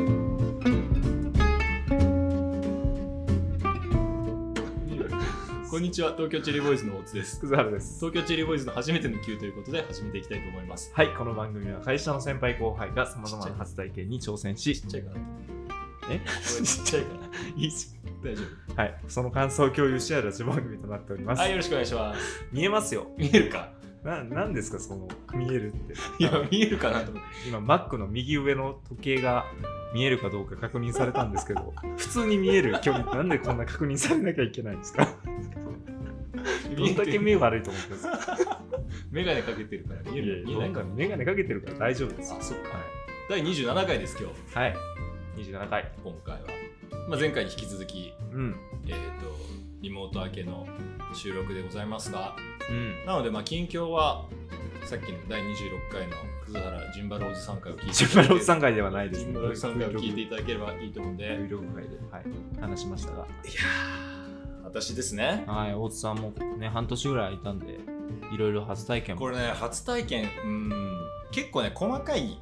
こんにちは東京チェリーボーイズの大津です葛原です。東京チェリーボーイズの初めての Q ということで始めていきたいと思いますはい、この番組は会社の先輩後輩がさまざまな初体験に挑戦しち、っちゃいかなえ声ちっちゃいかないいし大丈夫はい、その感想を共有し合うラジオ番組となっております。はいよろしくお願いします見えますよ。見えるかな、なんですか、その、見えるって。いや見えるかなと思って今、マックの右上の時計が見えるかどうか確認されたんです けど、普通に見える距離、なんでこんな確認されなきゃいけないん ですかどんだけ目悪いと思ってるんですか眼鏡かけてるから見える見えななんいかかメガネかけてるから大丈夫です。あそっか第27回です今日はい。27回。今回は、まあ、前回に引き続きうん。えっ、とリモート明けの収録でございますがうん。なのでまあ近況はさっきの第26回の葛原ジンバルおじさん会を聞いていジたンだけバルおじさん会ではないですジね。ンバルおじさん会を聞いていただければいいと思うんで有料会で、はい、話しましたが、私ですねはい、大津さんもね、半年ぐらいいたんで、いろいろ初体験も、これね初体験うん結構ね細かい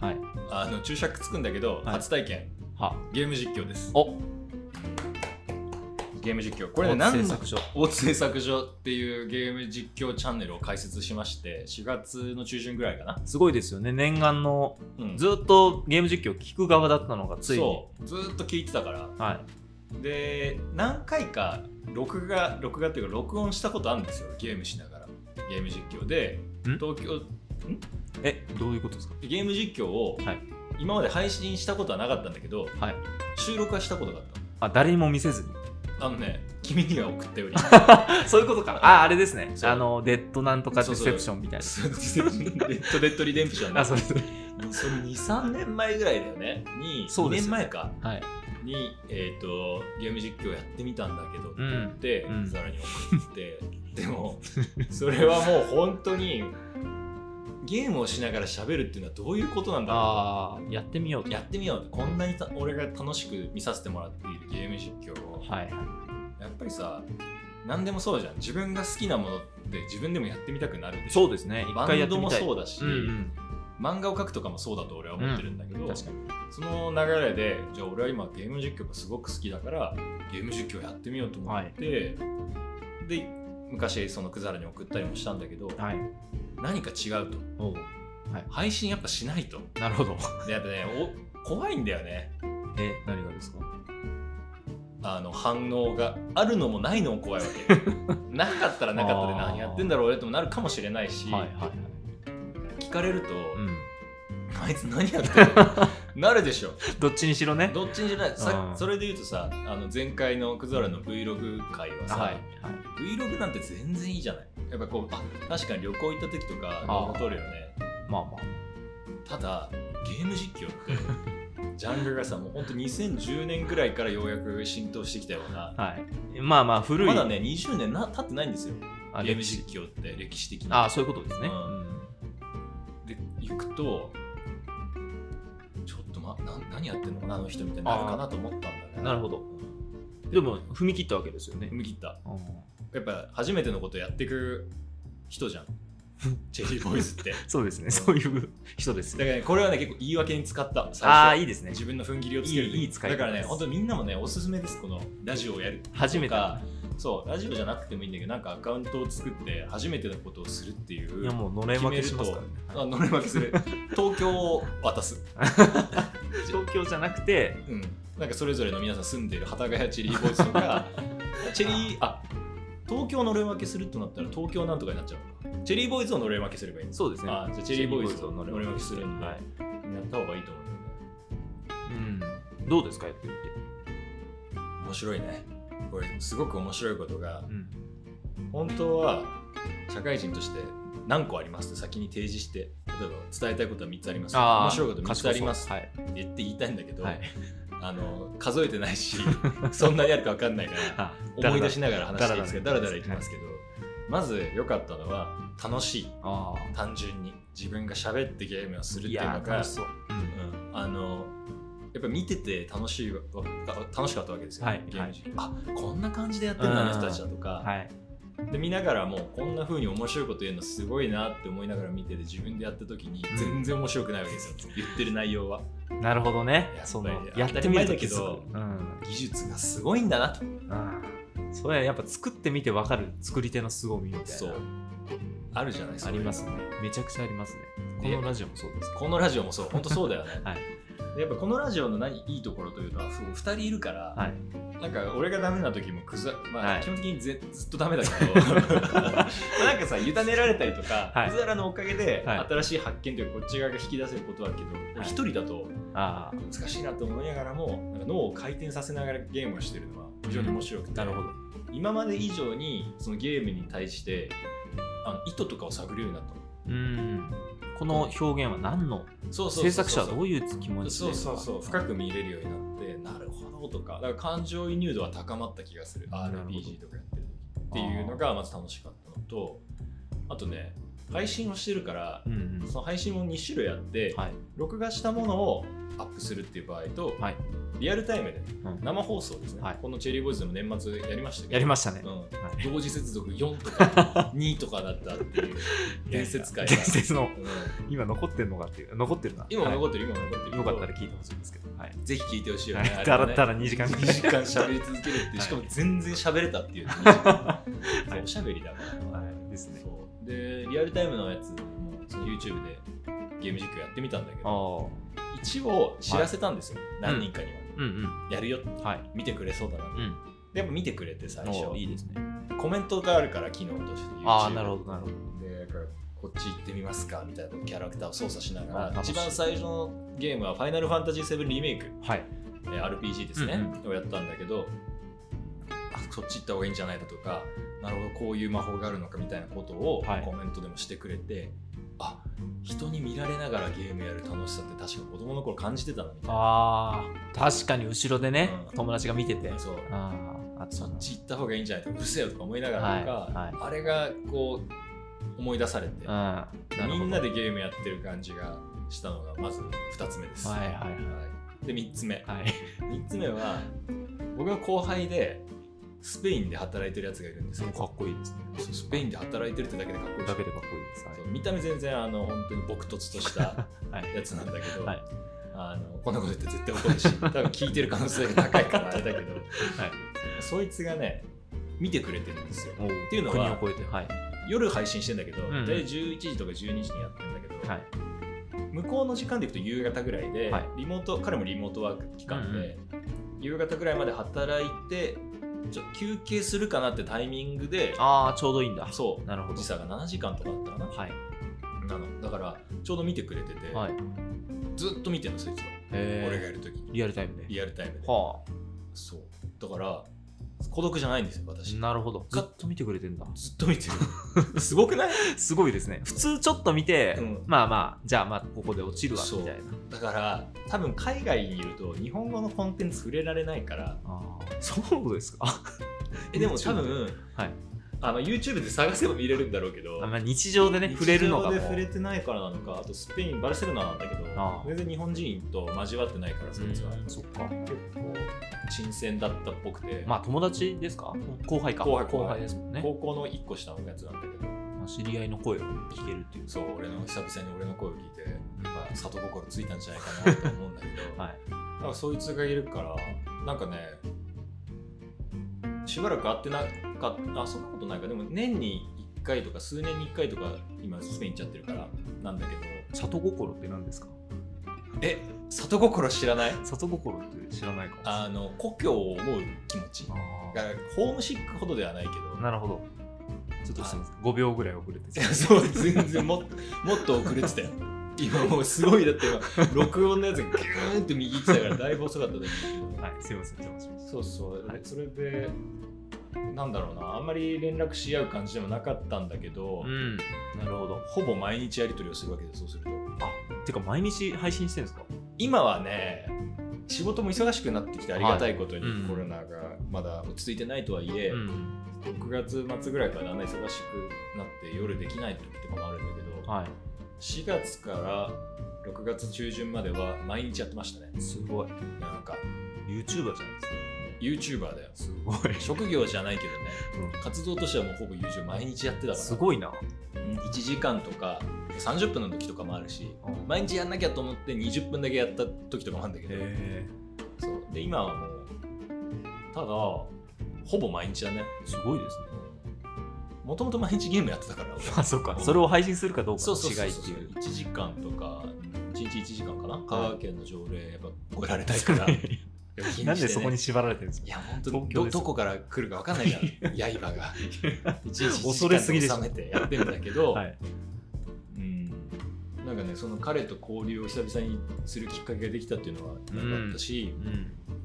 はい、あの注釈つくんだけど、い初体験は、ゲーム実況ですおゲーム実況ここれね大津何製の作所、大津製作所っていうゲーム実況チャンネルを開設しまして4月の中旬ぐらいかな、すごいですよね、念願の、うんずっとゲーム実況聞く側だったのが、ついに、そうずーっと聞いてたからはで何回か録画録画っていうか録音したことあるんですよゲームしながらゲーム実況でん東京い、え、どういうことですかゲーム実況をはい今まで配信したことはなかったんだけど、はい収録はしたことがあっあ、誰にも見せずに。たのあのね君には送ったより そういうことか。あ、あれですね。そうあの、デッドなんとかデそうィそセうプションみたデいな。ッド・デッド・リデンプションねあ、そうです。それ23年前ぐらいだよねにそうで2す年前かはい。に、えー、とゲーム実況やってみたんだけどってう言んっ。て、うんさらに送ってでもそれはもう本当にゲームをしながら喋るっていうのはどういうことなんだろあー、やってみよううやってみようこんなにた俺が楽しく見させてもらっているゲーム実況をはい。やっぱりさ何でもそうじゃん自分が好きなものって自分でもやってみたくなるでしょそうですね。一回やってみたバい。ンドもそうだし、うんうん。漫画を描くとかもそうだと俺は思ってるんだけど、確かに。その流れでじゃあ俺は今ゲーム実況がすごく好きだからゲーム実況やってみようと思って、で昔そのクザラに送ったりもしたんだけどはい。何か違うとおう配信やっぱしないとなるほど。 でやっぱねお怖いんだよねえ、何がですかあの反応があるのもないのも怖いわ けなかったらなかったであー何やってんだろう俺ともなるかもしれないし、はいはいはい。聞かれると、うん。あいつ何やってん のなるでしょどっちにしろね。どっちにしろないさうんそれで言うとさあの前回のクザラの Vlog 会はあさ、はい。はい。 Vlog なんて全然いいじゃないやっぱこうあ確かに旅行行った時とかあ動画撮るよねまあまただゲーム実況ってジャンルがさもうほんと2010年ぐらいからようやく浸透してきたようなあ。はい。まあまあ、古い。まだね20年な経ってないんですよあ、ゲー歴ム史。実況って歴史的あなあ、そういうことですね。ううんんで行くとちょっと、ま、な何やってんのかなあの人みたいになるかなと思ったんだねなるほど。でも、踏み切ったわけですよね踏。み切ったうんやっぱ初めてのことやってく人 じゃんチェリーボーイズってだかそうですね。そういう人ですよ。らねこれはね結構言い訳に使った最初ああ、いいですね。自分の踏ん切りをつけるいいいい使い方だからねです本当にみんなもねおすすめですこのラジオをやる初めて。いかそうラジオじゃなくてもいいんだけどなんかアカウントを作って初めてのことをするっていうや、もう、のれん負けしますからね。あ乗れ負けする東京を渡す東京じゃなくて、うんなんかそれぞれの皆さん住んでいる幡ヶ谷チェリーボーイズと かチェリーあ東京のれん分けするとなったら東京なんとかになっちゃうのかチェリーボーイズをのれん分けすればいいんですそうですね。あじゃあチェリーボーイズをの乗れれん分けするんで、はい。やった方がいいと思うんだよねうん。どうですか、やってみて。面白いねこれすごく面白いことがうん。本当は社会人として何個ありますって先に提示して例えば伝えたいことは3つありますああ、面白いこと3つあります賢そうって言って言いたいんだけど、はい。はい。あの数えてないしそんなにあるか分かんない からあ思い出しながら話していくんですけどだだらだらだららいきますけど、まず良かったのは楽しいああ。単純に自分が喋ってゲームをするっいていうやのー、が楽しそう。うんあのやっぱ見てて楽しいわ楽しかったわけですよ、はいゲーム実況あこんな感じでやってんだあの人たちだとか、はい。で見ながらもこんな風に面白いこと言うのすごいなって思いながら見てて自分でやった時にうん全然面白くないわけですよ、言ってる内容はなるほどねやっぱり。その当やたっりて前みだるけけどど、うん技術がすごいんだなとあそれはやっぱ作ってみて分かる作り手の凄みみたいなそうあるじゃないですかありますねめちゃくちゃありますねこでのラジオもそうです、このラジオもそう本当そうだよね はいでやっぱこのラジオの何いいところというのは2人いるから、はいなんか俺がダメな時もくざ、まあはい基本的にぜずっとダメだけ どなんかさ委ねられたりとか、はいくざらのおかげではい新しい発見というかこっち側が引き出せることはあるけど俺一、人だとあ難しいなと思いながらもなんか脳を回転させながらゲームをしてるのは非常に面白くて、あなるほど今まで以上にそのゲームに対してあの意図とかを探るようになったのうんこの表現は何のそうそうそうそう制作者はどういう気持ちでそうそうそう深く見れるようになってなるほどとかだから感情移入度は高まった気がするなるほど RPG とかやってる時っていうのがまず楽しかったのとあとね配信をしてるからうんうんその配信も2種類あって、はい録画したものをアップするっていう場合と、はいリアルタイムでうん生放送ですね、はいこのチェリーボーイズでも年末やりましたけどやりましたねうんはい同時接続4とか2とかだったっていう伝説会が伝説のうん今残ってるのかっていう残ってるな今もはい残ってる、今も残ってる よかったら聞いてほしいんですけどはいぜひ聞いてほしいよはねいあれだはらねだら2時間2時間喋り続けるって、いしかも全然喋れたっていうね、そう はいおしゃべりだから、はいですねそうでリアルタイムのやつもその YouTube でゲーム実況やってみたんだけあどあ一応知らせたんですよ、い何人かには、うんやるようんはい見てくれそうだなってうんでやっぱ見てくれて最初おーいいですねコメントがあるから機能として YouTube ああなるほどなるほどでだからこっち行ってみますかみたいなキャラクターを操作しなあがら楽しい一番最初のゲームは「ファイナルファンタジー7リメイク」はいえー RPG ですね、うんをやったんだけどあそっち行った方がいいんじゃないかとかなるほどこういう魔法があるのかみたいなことをはいコメントでもしてくれて、あ人に見られながらゲームやる楽しさって確か子供の頃感じてたなみたいなああ確かに後ろでねうん友達が見ててそうあああったそっなち行った方がいいんじゃないとかうるせえよとか思いながらとか、はいあれがこう思い出されてうんなるほどみんなでゲームやってる感じがしたのがまず2つ目です。はいはいはいいで3つ目はい3つ目は僕の後輩でスペインで働いてるやつがいるんですそけうどかっこいいですねそうスペインで働いてるってだけでかっこいいだけででかっこいいですはい見た目全然あの本当に朴突としたはいやつなんだけど、はいあのこんなこと言って絶対怒るし多分聞いてる可能性が高いからあれだけ ど、そいつがね見てくれてるんですよおーっていうのは国を越えてはい夜配信してんだけど、んうん大体11時とか12時にやってんだけど、はい向こうの時間でいくと夕方ぐらいで、はいリモート彼もリモートワーク期間で、夕方ぐらいまで働いてちょ休憩するかなってタイミングでああちょうどいいんだそうなるほど時差が7時間とかだったかはいななのだからちょうど見てくれてて、はいずっと見てるのそいつは、えー俺がいる時にリアルタイムでリアルタイムではそうだから孤独じゃないんですよ私あずなるほどずっと見てくれてんだっと見てる すごくないすごいですね普通ちょっと見て、うんまあまあじゃあまあここで落ちるわそうみたいなだから多分海外にいると日本語のコンテンツ触れられないからあーそうですかえでも YouTube 多分、はいあの YouTube で探せば見れるんだろうけどあ、まあ、日常でね触れるのがも日う常で触れてないからなのかあとスペインバルセロナなんだけどああ全然日本人と交わってないからそいつは、うんそっか結構新鮮だったっぽくて、まあ友達ですか後輩か後輩後輩後輩ですもんね高校の1個下のやつなんだけどまあ知り合いの声を聞けるっていうそう俺の久々に俺の声を聞いて、まあ、里心ついたんじゃないかなと思うんだけど、はいなんかそいつがいるからなんかねしばらく会ってなかったあそんなことないかでも年に1回とか数年に1回とか今スペイン行っちゃってるからなんだけど里心って何ですかえ里心知らない里心って知らないかもしれないあの故郷を思う気持ちあがホームシックほどではないけどーなるほどちょっとすみません5秒ぐらい遅れていやそう全然もっともっと遅れてたよ今もうすごいだって今録音のやつがギューンって右行ってたからだいぶ遅かったんだけどはいすみません邪魔しましそうそう、はいそれでなんだろうなあんまり連絡し合う感じでもなかったんだけど、たうんなるほどほぼ毎日やり取りをするわけでそうするとてか毎日配信してるんですか今はね仕事も忙しくなってきてありがたいことに、はいうんコロナがまだ落ち着いてないとはいえ、ん6月末ぐらいからだんだん忙しくなって夜できない時とかもあるんだけどはい4月から6月中旬までは毎日やってましたねすごい。なんか YouTuber じゃないですか。 YouTuber だよすごい。職業じゃないけどねうん活動としてはもうほぼ YouTube 毎日やってたからすごいな。 1時間とか30分の時とかもあるし毎日やんなきゃと思って20分だけやった時とかもあるんだけどへそうで今はもうただほぼ毎日だねすごいですね。もともと毎日ゲームやってたから 俺まあ、そっか。それを配信するかどうかそうのそうそ違ういってそういう。 1時間とか1日1時間かな香川県の条例やっぱ超えられたい からいや気にしてねなんでそこに縛られてるんですいかや本当東京どですどこから来るか分かんないじゃん 刃が一日恐れすぎでしょ収めてやってんだけど、 はい。うんなんかねその彼と交流を久々にするきっかけができたっていうのはなかったし、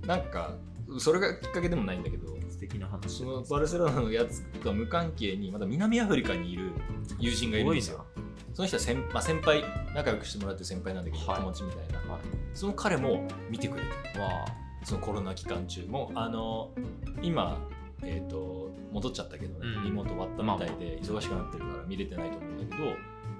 うん。なんかそれがきっかけでもないんだけど素敵な話そだのね。バルセロナのやつとは無関係にまだ南アフリカにいる友人がいるんですよその人は先,、まあ、先輩仲良くしてもらってる先輩なんだけど、はい友達みたいな、はいその彼も見てくれてすごいな。わそのコロナ期間中もあの今、えー、と戻っちゃったけどね、うんリモート終わったみたいで忙しくなってるから見れてないと思うんだけど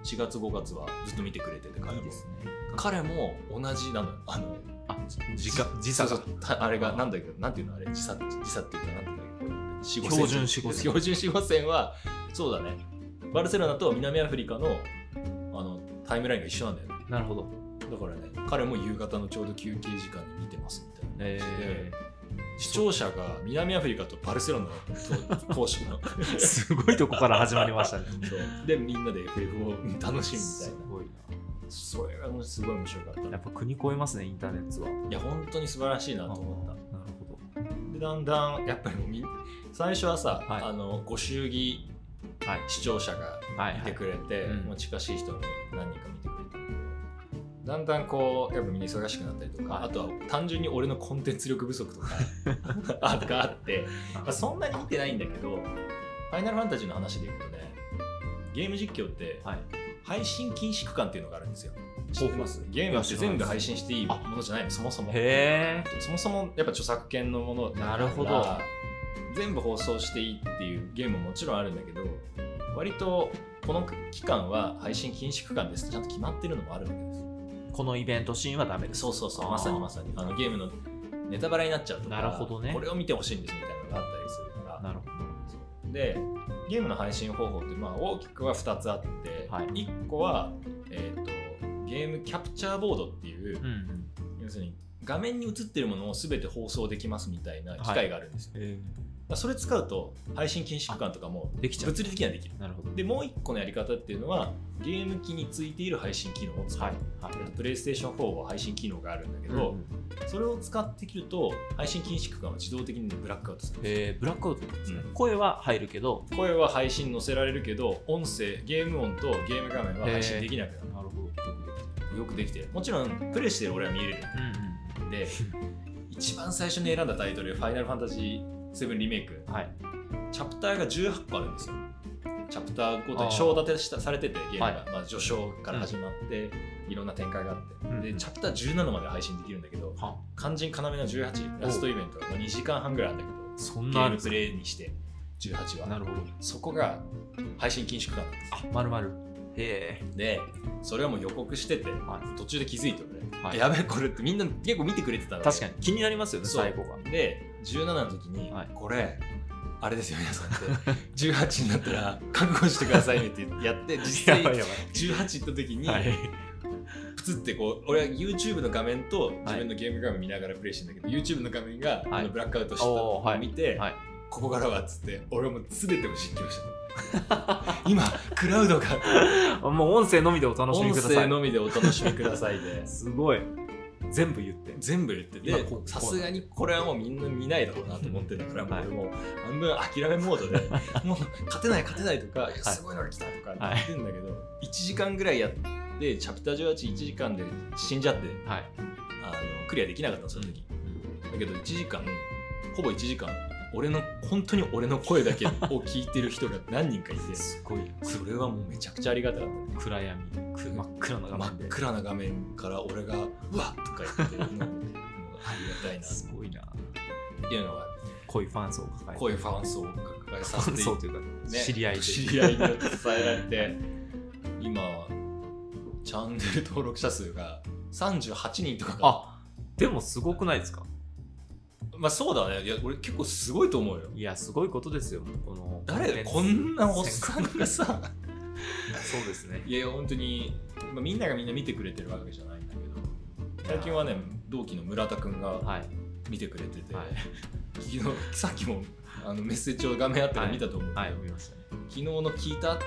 4月5月はずっと見てくれててあ。彼もいいですね。彼も同じなのよあのあ、時間、時差そがうそうたあれがなんだけどなんていうのあれ時差時差っていうかなんていうんだけど標準四五線標準四五線はそうだねバルセロナと南アフリカのあのタイムラインが一緒なんだよねなるほど。だからね彼も夕方のちょうど休憩時間に見てますみたいなえ視聴者が南アフリカとバルセロナと講師のー、 すごいとこから始まりま したね。そうでみんなで FF を楽しすむみたいなごいそれがもうすごい面白かったいな。やっぱ国超えますね、インターネットは。や本当に素晴らしいなと思っなるほたでだんだんやっぱりもうみん最初はさ、はいあのご祝儀ど。はい。視聴者がはい、見てくれて、はいうんもう近しい人に何人か見てくれてだんだんこうやっぱみんな忙しくなったりとか、はいあとは単純に俺のコンテンツ力不足 とかあがあってまあ、そんなに見てないんだけど、ファイナルファンタジーの話でいくとね、ゲーム実況ってはい。配信禁止区間っていうのがあるんですよ。知ってますゲームって全部配信していいものじゃないの、そもそも。へそもそもやっぱ著作権のものだからなるほど全部放送していいっていうゲームももちろんあるんだけど、割とこの期間は配信禁止区間ですってちゃんと決まってるのもあるわけです。え。このイベントシーンはダメです。そうそうそう、あーまさにまさに。あのゲームのネタバレになっちゃうとか、なるほどねこれを見てほしいんですみたいなのがあったりするから、なるほど。でゲームの配信方法ってまあ大きくは2つあって、はい1個は、えー、とゲームキャプチャーボードっていう、うん。要するに画面に映ってるものを全て放送できますみたいな機はい械があるんですよ、だかえらそれ使うと配信禁止区間とかもー、できちゃう。物理的にはできるなるほど。でもう1個のやり方っていうのはゲーム機についている配信機能を使う、はい。はい。プレイステーション4は配信機能があるんだけうんうど、んそれを使って切ると配信禁止区間は自動的にブラックアウトするんですよえー、ブラックアウトですね、うん声は入るけど、声は配信載せられるけど音声ゲーム音とゲーム画面は配信できなくななるほど。うるんよくできてるもちろんプレイしてる俺は見れるうんで一番最初に選んだタイトル「ファイナルファンタジー7リメイクん。はい。」チャプターが18個あるんですよチャプターごとあーに章立てしたされててゲームが、はいまあ、序章から始まって、いろんな展開があって、うんでチャプター17まで配信できるんだけどは肝心要の18ラストイベントが2時間半ぐらいあるんだそけんどなゲーあるムんですプかレイにして18なはるほど。そこが配信禁止区間なんですあ、まるまる。へえ。でそれはもう予告しててはい。途中で気づいて俺、はいやべえこれってみんな結構見てくれてたの確かに気になりますよね、そう最後が。で17の時に、はいこれあれですよ皆さんって18にな ったら覚悟してくださいねってや って実際や18行った時に、はい。プツってこう俺は YouTube の画面と自分のゲーム画面見ながらプレイしてんだけど、YouTube の画面が、はいあのブラックアウトしてたのおーはをい見て、はいここからはっつって俺はもう全てを実況してた今クラウドがもう音声のみでお楽しみ音くださ声い。のみでお楽しみくださいですごい。全部言って。全部言って今てこうさすがにこれはもうみんな見ないだろうなと思ってたから、はいもう俺もう半分諦めモード でもう勝てない勝てないとかいやすごいのが来たとかはい言ってんだけど、1時間ぐらいやってチャプター181時間で死んじゃってはい。あのクリアできなかったのその時、だけど1時間ほぼ1時間俺の本当に俺の声だ けを聞いてる人が何人かいてすごい。それはもうめちゃくちゃありがたかった。暗闇、く真っ暗な画真面っで。暗な画面から俺が「うわっ!」とか言ってるのももうありがたいなすごいな。っていうのが濃いファン層を抱えて。こういうファン層を抱えフさせァンて、層というか、ね知り合いで。知り合いによって支えられて、今、チャンネル登録者数が38人とかか、あ、でもすごくないですかまあそうだね、いや俺結構すごいと思うよ。いや、すごいことですよ。この。誰だよこんなおっさんがさ、そうですね。いやいや、本当に、まあ、みんながみんな見てくれてるわけじゃないんだけど、最近はね、同期の村田くんがはい。見てくれてて、はい昨日さっきもあのメッセージを画面あったら見たと思うけど、はい、見ましたね。昨日の聞いたって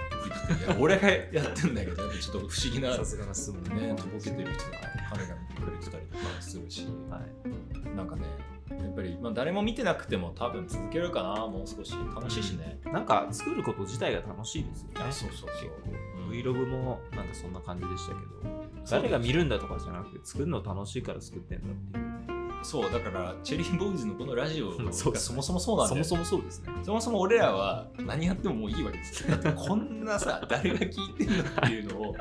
言っていや俺がやってんだけどやっぱちょっと不思議なさすがの質問ねとぼけてる人が彼がくれてたりとかするしはい。なんかねやっぱり、まあ、誰も見てなくても多分続けるかなもう少し楽しいしね、なんか作ること自体が楽しいですよね。あそうそうそううん Vlog もなんかそんな感じでしたけど、誰が見るんだとかじゃなくて、作るの楽しいから作ってんだっていう。そうだからチェリーボーイズのこのラジオがそうだそもそもそうなんだそよもそもそうですね。そもそも俺らは何やってももういいわけ ですよ。だってこんなさ、誰が聞いてんのっていうのを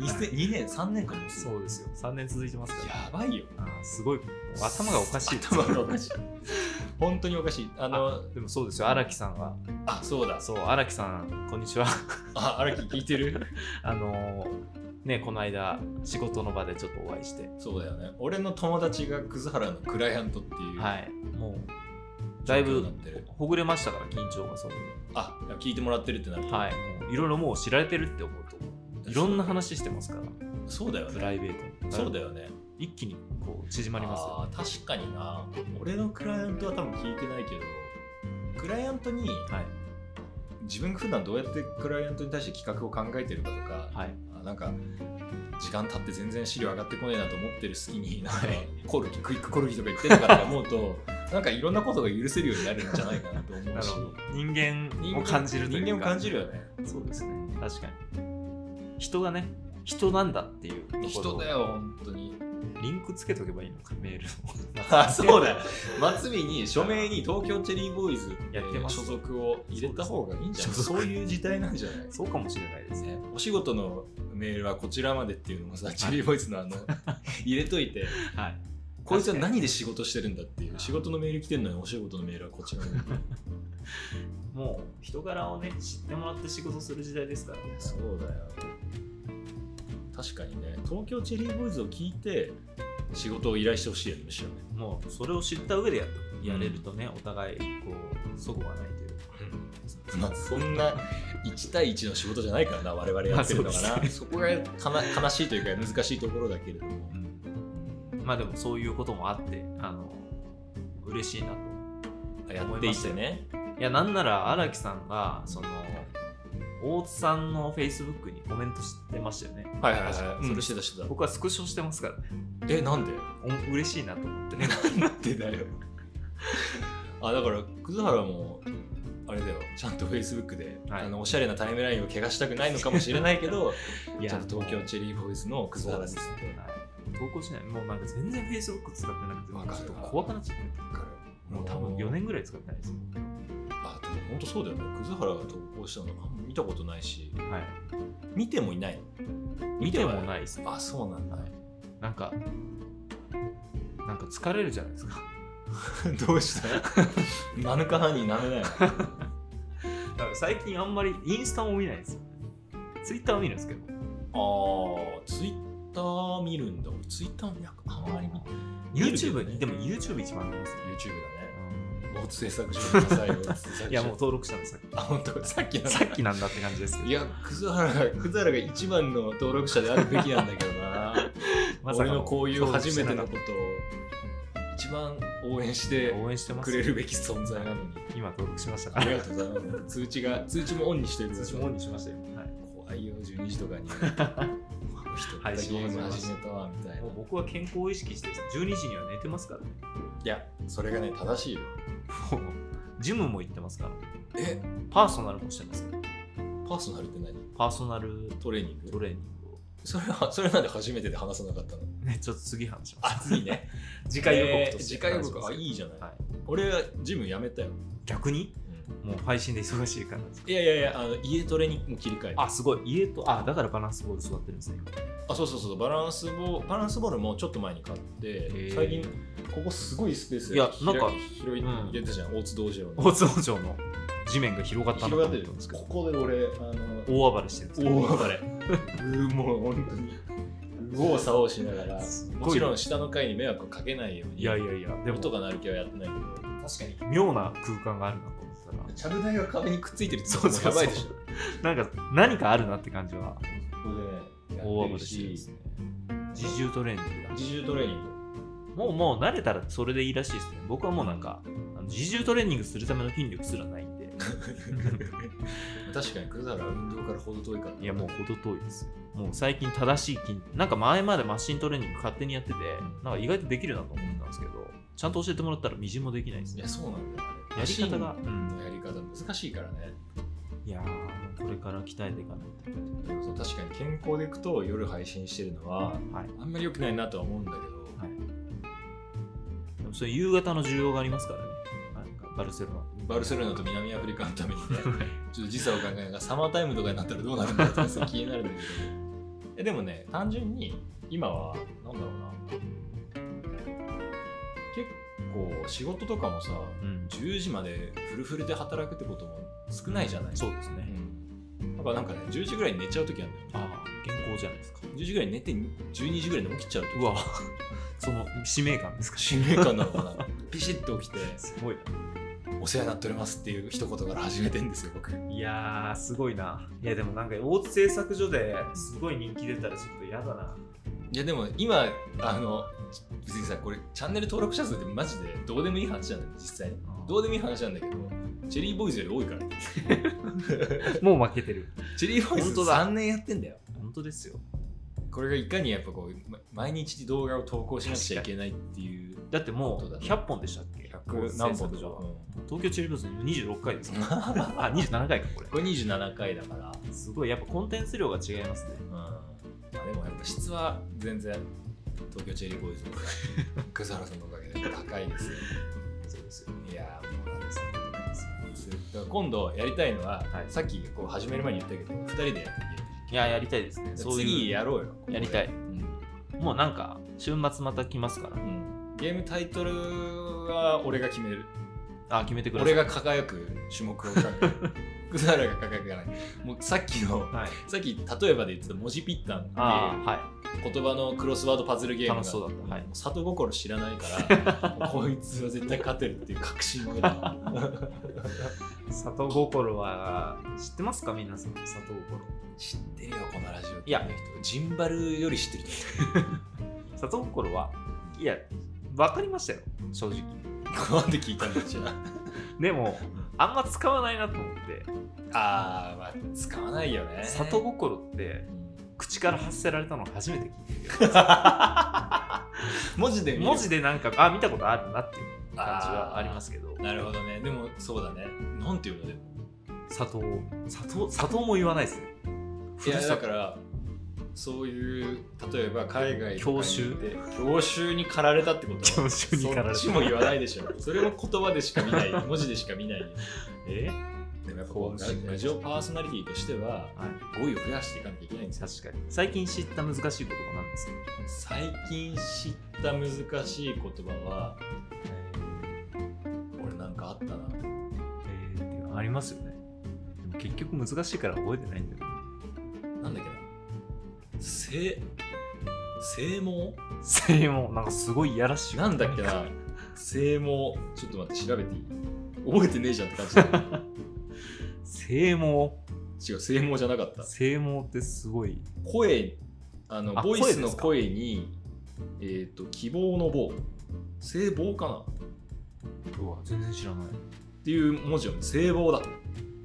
2, 年、3年間もう。そうですよ。3年続いてますから。やばいよ。あーすごい。もう頭がおかしいです頭がおかしい。本当におかしい。あの、でもそうですよ。荒木さんは。あそうだ。そう、荒木さん、こんにちは。あ、荒木聞いてるあのーね、この間、仕事の場でちょっとお会いして。そうだよね。俺の友達が葛原のクライアントっていう。はい。もう、だいぶ状況になってるほぐれましたから、緊張がそのあ、聞いてもらってるってなると。はい。もういろいろもう知られてるって思うと。いろんな話してますから。そうだよプね。ライベートにそうだよね。一気にこう縮まりますよあー確かにな。俺のクライアントは多分聞いてないけど、クライアントに、はい自分が普段どうやってクライアントに対して企画を考えてるかとか、はいあなんか時間経って全然資料上がってこねえなと思ってる隙 になんかはいコルキクイックコルキとか言ってるからと思うと なんかいろんなことが許せるようになるんじゃないかなと思なうるしほど人間を間感じるというか人間を感じるよねそうですね確かに人がね人なんだっていうところを人だよ本当にリンクつけとけばいいのかメールの あそうだ末尾に署名に東京チェリーボーイズやってます所属を入れた方がいいんじゃない所そ属ういう時代なんじゃない そうかもしれないですねねお仕事のメールはこちらまでっていうのをさチェリーボーイズのあ の入れといてはいこいつは何で仕事してるんだっていう仕事のメール来てるのにお仕事のメールはこちらにもう人柄をね知ってもらって仕事する時代ですからねそうだよ確かにね東京チェリーボーイズを聞いて仕事を依頼してほしいよねむしろねもうそれを知った上でややれるとね、お互いこうそごがないというかまあそんな1対1の仕事じゃないからな我々やってるのかな、まあそうそこがかな悲しいというか難しいところだけれどもまあでもそういうこともあってあの嬉しいなとやっていてねいやなんなら荒木さんがその大津さんのフェイスブックにコメントしてましたよねはいはいはいそれしてたしてた僕はスクショしてますからねえなんでお嬉しいなと思ってなんでだよあだから葛原もあれだよちゃんとフェイスブックで、はいあのおしゃれなタイムラインを怪我したくないのかもしれ ないけどいちゃんと東京チェリーボーイズの葛原ですそうってはい投稿しないもうなんか全然フェイスブック使ってなくてわかるちょっと怖くなっちゃってもう多分4年ぐらい使ってないですよあでも本当そうだよね葛原が投稿したのあんま見たことないしはい見てもいないの見てもないですねあそうなんだ なんかなんか疲れるじゃないですかどうした マヌカハニー舐めないのだから最近あんまりインスタも見ないんですよツイッターは見るんですけどあーツイッター見るんだ俺ツイッターもあんまり見て YouTube にでも YouTube 一番見ますね YouTube だね大津製作所にくださいよ。大津製作所いやもう、登録したのさっ あ、本当、さっきの。 きさっきなんだって感じですけいや、葛原が、葛原が一番の登録者であるべきなんだけどな。ど、まさ俺かのこういう初めてのこ登録とを、一番応援ししててなかった応援してますくれるべき存在なのに。今登録しましたかありらがとうございます。通知が、通知もオンにしてる。私もオンにしましたよ、はい、怖いよ、12時とかに。あの人、また配ゲ信ー始ムめました始めたわ、みたいな。もうい僕は健康を意識して12時には寝てます からねや、それがね、正しいよ。もうジムも行ってますからえ、パーソナルもしてますからパーソナルって何パーソナルトレーニントグレーニングをそれは、それなんで初めてで話さなかった のねちょっと次話します熱いね。次回予告としてえー次回予告あ話しますいいじゃない、はい、俺はジムやめたよ、逆にもう配信で忙しいからいやいやいやあの家トレにもう切り替えたあすごい家とあだからバランスボール育ってるんですね今あそうそうそうバランスボールバランスボールもちょっと前に買ってー最近ここすごいスペースいやなんか広いうん入れてたじゃん、大津道場の大津王城の地面が広がったなと広思がっっててるるんですけどここで俺あの大暴れしてるんです大暴れうーもう本当に右往左往しながらすごいもちろん下の階に迷惑をかけないようにいやいやいやでも音が鳴る気はやってないけど確かに妙な空間があるなと思ってたチャブ台が壁にくっついてるってそうそうそうやばいでしょらなんか何かあるなって感じはここでねや大ってる暴れしてるんでしすね自重トレーニングだ自重トレーニングもうもう慣れたらそれでいいらしいですね。僕はもうなんか、あの自重トレーニングするための筋力すらないん で。確かにクザラは運動から程遠いからいやもう程遠いです。もう最近正しい筋、なんか前までマシントレーニング勝手にやってて、なんか意外とできるなと思ってたんですけど、ちゃんと教えてもらったらみじんもできないですいねや。そうなんだよやり方が、うんやり方難しいからねいやーもうこれから鍛えていかないでもそう確かに健康でいくと夜配信してるのはと。はい。あんまり良くないなとは思うんだけど、でもそれ夕方の需要がありますからね。なんかバルセロナ。バルセロナと南アフリカのため にねちょっと時差を考えながらサマータイムとかになったらどうなるんだろうってすごい気になるんだけどえでもね単純に今はなんだろうな結構仕事とかもさうん。 10時までフルフルで働くってことも少ないじゃないそうですね。うん、だからなんかね10時ぐらいに寝ちゃう時あるんだよああ、健康じゃないですか。 10時ぐらいに寝て12時ぐらいに起きちゃうとうわ、 その使命感ですか。使命感なのかなピシッと起きてすごいな。お世話になっておりますっていう一言から始めてんですよ僕いやー、すごいな。いや、でもなんか、大津製作所ですごい人気出たらちょっと嫌だな。いやでも今あの別にさこれチャンネル登録者数ってマジでどうでもいい話なんだよ実際どうでもいい話なんだけどチェリーボーイズより多いからねもう負けてる。チェリーボーイズ本当だ3年やってんだよ本当ですよ。これがいかにやっぱこうま毎日動画を投稿しなくちゃいけないっていうだっても本当うだね100本でしたっけ100何本でし大津製作所はょ、東京チェリーブース26回ですね。あ、27回か、 これうん。これ27回だから、すごい、やっぱコンテンツ量が違いますね。うんまあ、でもやっぱ質は全然東京チェリーボーイズの笠原さんのおかげで高いですよそうですよね。いやーもうなんですだから今度やりたいのは、はいさっきこう始める前に言ったけど2人でやるいや、やりたいですね。そう次いう。やろうよやりたいうんもうなんか、週末また来ますから。うんゲームタイトルは俺が決めるあ、決めてください。俺が輝く種目を考える笠原が輝くじゃないもうさっきのはい。さっき例えばで言ってた文字ピッタンっていうああ、はい。言葉のクロスワードパズルゲームが楽しそうだったはいも里心知らないからこいつは絶対勝てるっていう確信がある里心は知ってますか皆さん里心 知ってるよこのラジオいや人ジンバルより知ってる里心はいや分かりましたよ正直人なんで聞いたんだじゃでもあんま使わないなと思って ああーまあ使わないよね里心ってうん口から発せられたの初めて聞いて文字でる見よる文字でなんかあ見たことあるなっていう感じはありますすけどなるほどねでもそうだねなんていうのでも里里里も言わないですねいふやるださかとらそういう例えば海外とかに行って教習教習に駆られたってこと教習に駆られた そっちも言わないでしょそれも言葉でしか見ない文字でしか見ないよえでもやっぱこそうですうねラジオパーソナリティとしてははい語彙を増やしていかなきゃいけないんですよ確かに最近知った難しい言葉なんですけど最近知った難しい言葉は俺なんかあったなえー、っていうのありますよねでも結局難しいから覚えてないんだよなんだっけな正正門正門なんかすごいいやらしいなんだっけな正門ちょっと待って調べていい覚えてねえじゃんって感じだ正門違う正門じゃなかった正門ってすごい声あのあボイスの声ですか声にえっ、と希望の棒聖望かなっうわ全然知らないていう文字を聖望だっ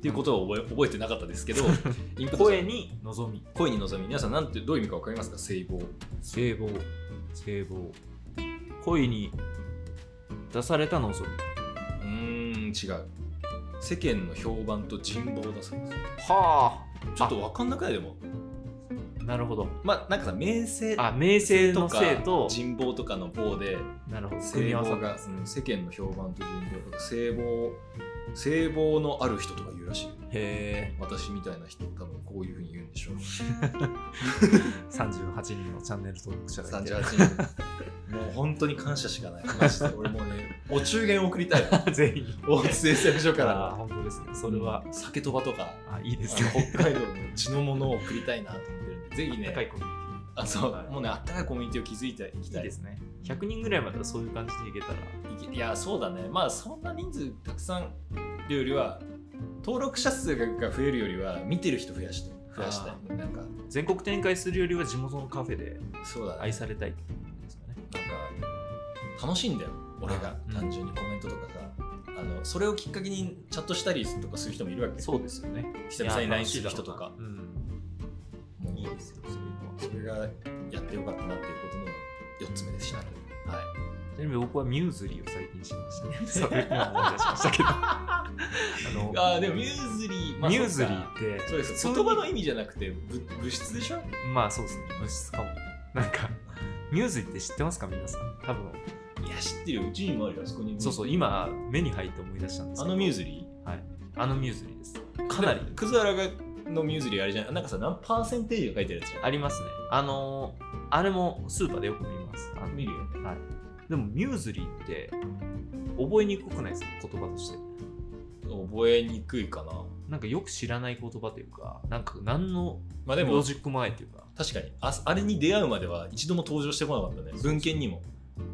ていうことを覚え覚えてなかったですけど インプット声に望み声に望み皆さんなんてどういう意味か分かりますか聖望正門正門声に出された望うみーん違う世間の評判と人望だそうですはちょっと分かんなくないでもあなるほどまあなんかさ名声あ名声とのか生と人望とかの棒でなるほど組聖み合わ望さが、うん世間の評判と人望とか聖望聖望のある人とか言うらしいへえ私みたいな人多分こういうふうに言うんでしょう38人のチャンネル登録者がいて38人もう本当に感謝しかないマジで俺もうねお中元送り たいわ全員大津製作所かあーら本当ですねそれは、酒とばとかあいいですあのね北海道の地のものを送りたいなと思ってるんでぜひ高いねコミュニティあそう、はいもうねあったかいコミュニティを築いていきいたいいですね。100人ぐらいまではそういう感じでいけたら。いけいやそうだねまあそんな人数たくさんっていうよりは登録者数が増えるよりは見てる人増やして増やしたあいなんか全国展開するよりは地元のカフェでそうだね愛されたいっていうことですかね。なんか楽しいんだよ俺がうん単純にコメントとかさ、あのそれをきっかけにチャットしたりとかする人もいるわけそうですよね。久々に LINE する人とかうん。もういいですよ、そういうのは。それがやってよかったなっていうことの4つ目でした、はいちなみに僕はミューズリーを最近知りましたね。それ今思い出しまし たけど。あのあーでもミューズリー、ミューズそっリーかって、そうです普通言に葉の意味じゃなくてぶ物質でしょまあそうですね、物質かも。なんか、 ミューズリーって知ってますか、皆さん。多分いや知ってるようちにもあるよあそこにそうそう、今、目に入って思い出したんですあけど。のミューズリはい。あのミューズリーです。ーかなりでもクズアラがのミューズリーあれじゃないなんかさ何パーセンテージが書いてあるやつじゃありますね。あのーあれもスーパーでよく見ます。あのん見るよねはい。でも、ミューズリーって、覚えにくくないですか、言葉として。覚えにくいかななんかよく知らない言葉というか、なんか何のまあでロもジックもないというか。確かにああれに出会うまでは一度も登場してこなかったね文献にも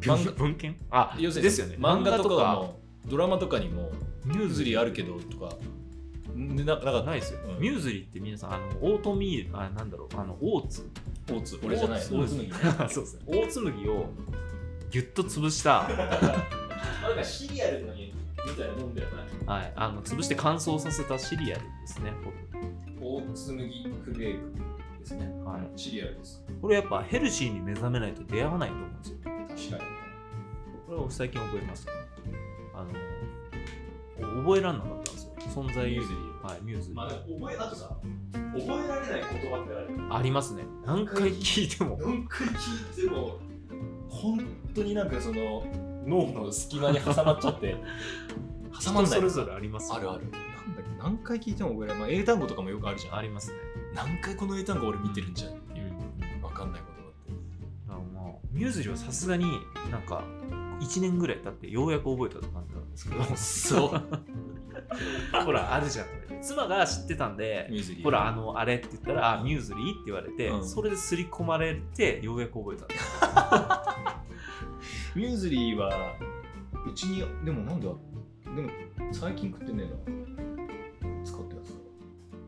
漫画文献あ要するにですよね漫画とかもドラマとかにもミミュューーズズリリーーあるけどとかねななかったないですよ、うんミューズリーって皆さんあのオートミールあなんだろうあのオーツ大津俺じゃない大津大津麦ね そうですねオーツ麦をギュッと潰した、なんかシリアルのにみたいなもんだよねはい、あの潰して乾燥させたシリアルですね、大津麦フレークですねはシリアルですい、これやっぱヘルシーに目覚めないと出会わないと思うんですよ確かにこれを最近覚えましたあの覚えらんなかったんですよ存在ミューズズリリーはいミューズリー、覚えだとさ覚えられない言葉ってあるありますね何回聞い ても何回聞いても本当になんかその脳の隙間に挟まっちゃって挟まん人ないそれぞれありますよあるあるなんだっけ何回聞いても覚えられない、まあ、英単語とかもよくあるじゃんありますね何回この英単語俺見てるんじゃんっていう分かんないことあまあ、ミューズリーはさすがになんか1年ぐらい経ってようやく覚えたって感じなんですけがあってそうど ほらあるじゃん妻が知ってたんでミューズリーほらあのあれって言ったらあミューズリーって言われて、うんそれですり込まれてようやく覚えたんですミューズリーはうちにでもなんだでも最近食ってねえな使ってます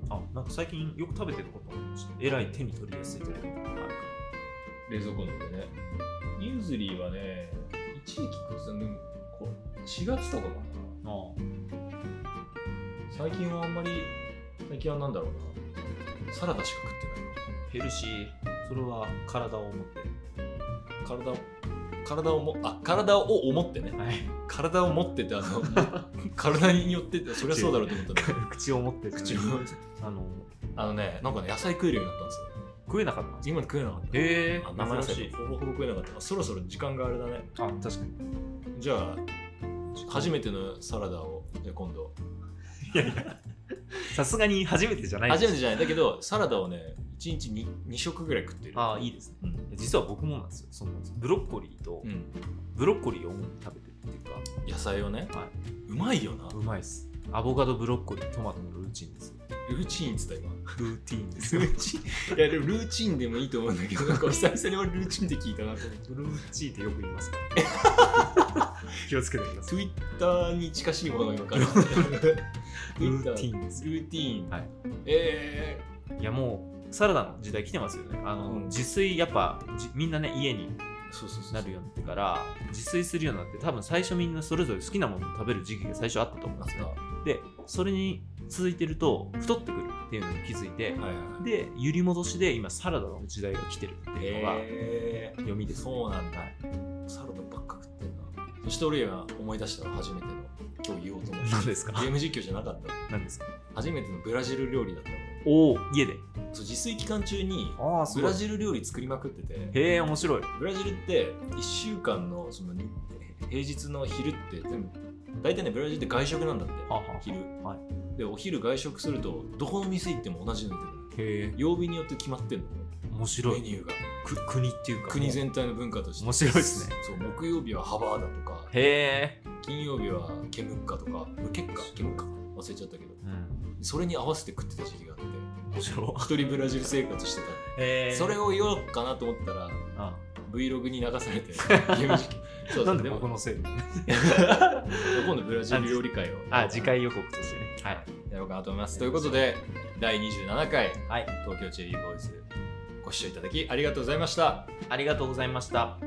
あなんか最近よく食べてることもえらい手に取りやすいというかあ冷蔵庫の上でねミューズリーはね一時期食ってたでもこ4月とかかな最近はあんまり最近はなんだろうなサラダしか食ってないヘルシーそれは体を思って体を体をもあ体を思ってねはい体を持っててあの体によってってそりゃそうだろうと思った んだ 口を持ってけど口口ををあのあのねなんかね野菜食えるようになったんですよ食えなかったんです今まで食えなかったへあ生生ら野し菜いほぼほぼ食えなかったあそろそろ時間があれだねあ確かにじゃあ初めめてのサラダをじゃあ今度いやいや、さすがに初めてじゃない初めててじゃないだけどサラダをね1日 2, 2食ぐらい食ってるああ、いいですね。うん実は僕もなんですよ。そのブロッコリーと、うんブロッコリーを主に食べてるっていうか、野菜をね、はうまいよなうまいです。アボカド、ブロッコリー、トマトのルーチンですよ。ルーチンっつった今ルーティンですルよ。ーチンいやでもルーチンでもいいと思うんだけどなんか久々に俺ルーチンって聞いたなと思ってルーチンってよく言いますから。 気をつけてください。 Twitter に近しいものが今 からルルーティンですよ。ルーティーン。はいえいや、もう、サラダの時代来てますよね。あの、うん自炊、やっぱ、じみんなね、家にー、そうそうそうなるようになってから、自炊するようになって、多分最初みんなそれぞれ好きなものを食べる時期が最初あったと思うんあでっすた。よ。はでそれに続いてると太ってくるっていうのに気づいていはいはい。で揺り戻しで今サラダの時代が来てるっていうのがえ読みー、ですね、そうなんだ。サラダばっか食ってんな。そして俺今思い出したの初めての今日言おうと思って。何ですかゲーム実況じゃなかった。なんですか初めてのブラジル料理だったの。おお家でそう自炊期間中にああブラジル料理作りまくってて、へえ面白いブラジルって1週間のその日平日の昼って全部、大体ね、ブラジルって外食なんだって。はあはあ昼はいで、お昼外食すると、どこの店行っても同じの出てくる。へえ曜日によって決まってるのね面白メいニューがく国っていうか国全体の文化として面白いですねそう木曜日はハバーだとかへえ、金曜日はケムッカとかケッカケムッカ忘れちゃったけどうん、それに合わせて食ってた時期があって面白一人ブラジル生活していへたえそれを言おうかなと思ったらあ Vlog に流さ れてゲーム実況そうそうなんででも僕のせいで今度ブラジル料理会をあ次回予告としてねはいやろうかなと思いますということで第27回はい東京チェリーボーイズご視聴いただきありがとうございましたありがとうございました